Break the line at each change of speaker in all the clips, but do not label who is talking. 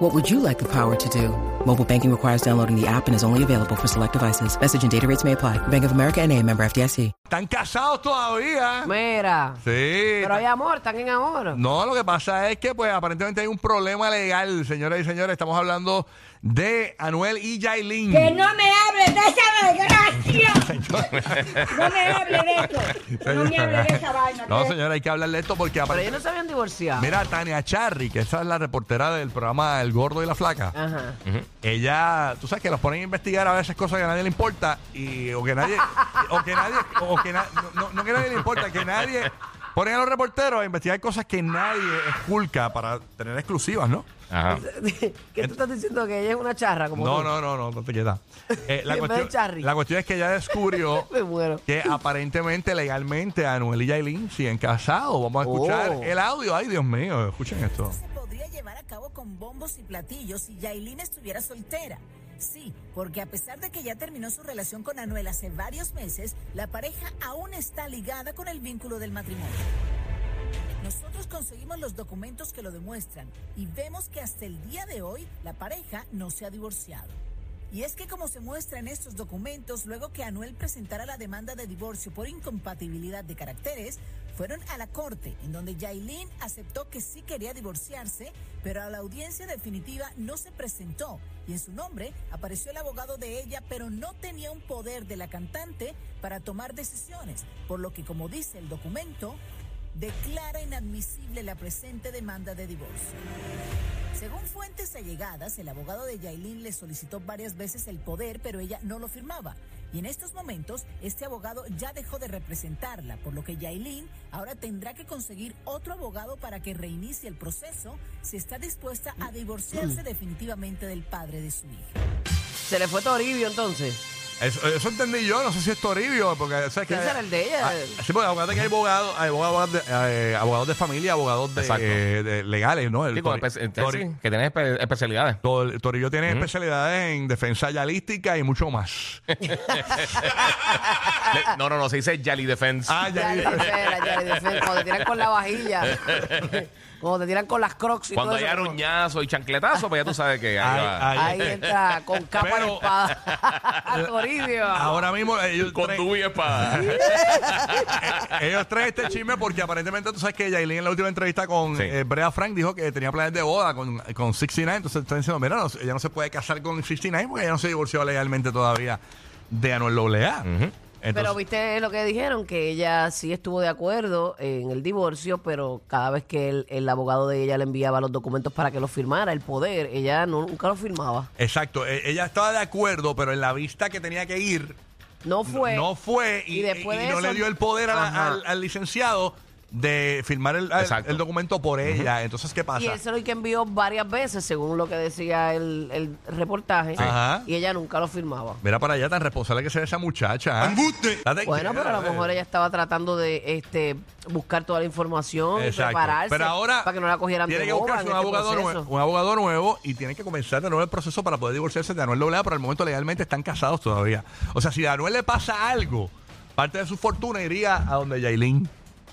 What would you like the power to do? Mobile banking requires downloading the app and is only available for select devices. Message and data rates may apply. Bank of America and a member FDIC.
Están casados todavía.
Mira.
Sí.
Pero hay amor, están en amor.
No, lo que pasa es que, pues, aparentemente hay un problema legal, señoras y señores. Estamos hablando de Anuel y Yailin.
Que no me hables de esa desgracia. No me hables de eso. No me hables de esa vaina.
No,
que-
señora, hay que hablar de esto porque
Pero
aparentemente.
ellos no se habían divorciado.
Mira, Tania Charry, que esa es la reportera del programa El Gordo y la Flaca.
Ajá.
Ella, tú sabes que los ponen a investigar a veces cosas que a nadie le importa y o que nadie, o que nadie, o que na- no, no- no que nadie le importa, que nadie ponen a los reporteros a investigar cosas que nadie esculca para tener exclusivas, ¿no?
Ajá.
¿Qué tú estás diciendo? Que ella es una charra como
No,
tú?
no, no, no, no te quedas. Eh, la,
En vez de
cuestión,
Charry.
la cuestión es que ella descubrió
Me muero.
que aparentemente legalmente Anuel y Yailin siguen casados. Vamos a escuchar
Oh.
el audio. Ay, Dios mío, escuchen esto.
se podría llevar a cabo con bombos y platillos si Yailin estuviera soltera. Sí, porque a pesar de que ya terminó su relación con Anuel hace varios meses, la pareja aún está ligada con el vínculo del matrimonio. Nosotros conseguimos los documentos que lo demuestran y vemos que hasta el día de hoy la pareja no se ha divorciado. Y es que como se muestra en estos documentos, luego que Anuel presentara la demanda de divorcio por incompatibilidad de caracteres, fueron a la corte, en donde Yailin aceptó que sí quería divorciarse, pero a la audiencia definitiva no se presentó. Y en su nombre apareció el abogado de ella, pero no tenía un poder de la cantante para tomar decisiones, por lo que, como dice el documento, declara inadmisible la presente demanda de divorcio. Según fuentes allegadas, el abogado de Yailin le solicitó varias veces el poder, pero ella no lo firmaba. Y en estos momentos, este abogado ya dejó de representarla, por lo que Yailin ahora tendrá que conseguir otro abogado para que reinicie el proceso si está dispuesta a divorciarse definitivamente del padre de su hija.
Se le fue Toribio entonces.
Eso, eso entendí yo, no sé si es Toribio, porque o sea, que
Ese era el de ella.
Ah, sí, porque acuérdate que hay abogados, hay abogados, de, eh, abogados de familia, abogados de,
Exacto.
eh, de legales, ¿no? El
Sí, con
Tori-
espe- eh,
Tori-
sí, que tiene espe- especialidades.
Tor- Toribio tiene especialidades en defensa yalística y mucho más.
Le- no, no, no, se dice Jolly Defense.
Ah,
Ya le
yali-
dice, ya le dice, Cuando te tiran con la vajilla. Cuando te tiran con las crocs y
Cuando
todo
hay
eso, como-
aruñazo y chancletazo, pues ya tú sabes que. ahí
Ay,
va.
ay.
Ahí entra con capa
Pero-
de espada. Toribio.
Ahora mismo eh, ellos,
Con
tres,
tu y espada.
ellos traen este chisme porque aparentemente tú sabes que Yailin en la última entrevista con
Sí.
eh, Brea Frank dijo que tenía planes de boda con, con 69, entonces están diciendo, mira, no, ella no se puede casar con 69 porque ella no se divorció legalmente todavía de Anuel Doblea.
Pero viste lo que dijeron, que ella sí estuvo de acuerdo en el divorcio, pero cada vez que el, el abogado de ella le enviaba los documentos para que los firmara, el poder, ella no- nunca los firmaba.
Exacto, e- ella estaba de acuerdo, pero en la vista que tenía que ir,
No fue.
no fue y,
Pues, y después
y
de
no
eso-
le dio el poder a la-
Ajá.
al, al licenciado de firmar el, al-
Exacto.
el documento por ella. Entonces, ¿qué pasa?
Y él se lo que envió varias veces, según lo que decía el, el reportaje.
Sí. Ajá.
Y ella nunca lo firmaba.
Mira para allá, tan responsable que se ve esa muchacha. ¿eh? Date
Bueno,
cuenta,
pero a lo
eh.
mejor ella estaba tratando de este buscar toda la información, y
Exacto.
prepararse
Pero ahora
para que no la cogieran
tiene
de
que
boba
buscarse
en
un
este
abogado,
proceso.
nuevo, un abogado nuevo y tiene que comenzar de nuevo el proceso para poder divorciarse de Anuel Doblea, pero al momento legalmente están casados todavía. O sea, si a Anuel le pasa algo, parte de su fortuna iría a donde Yailin,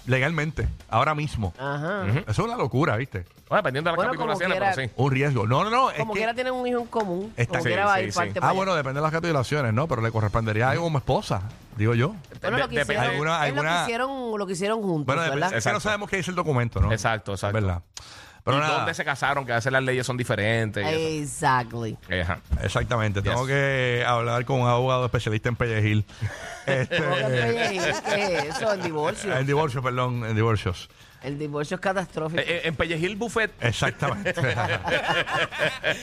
legalmente, ahora mismo.
Ajá.
Eso es una locura, ¿viste?
Bueno, dependiendo de las
Bueno,
capitulaciones,
como
pero
quiera.
sí.
Un riesgo. No, no, no. es
Como
que-
quiera tienen un hijo en común.
Está-
como
Sí,
quiera va a ir
sí, sí.
parte para
Ah,
allá.
bueno, depende de las capitulaciones, ¿no? Pero le correspondería algo como esposa, digo yo.
Bueno, lo que
De-
hicieron,
depende-
Alguna-
es lo que
alguna-
hicieron, lo que hicieron juntos,
Bueno, depende-
¿verdad?
es que no
Exacto.
sabemos qué dice el documento, ¿no?
Exacto, exacto.
¿Verdad? Pero
y
nada,
dónde se casaron, que a veces las leyes son diferentes. y eso. Eh,
Exactly.
Ajá.
exactamente. Tengo
Yes.
que hablar con un abogado especialista en pellejil.
Como que
este,
pellejil, ¿Qué es eso? El divorcio.
en divorcio, perdón, en divorcios. eh,
El divorcio es catastrófico.
Eh, eh, En Pellejil Buffet
Exactamente.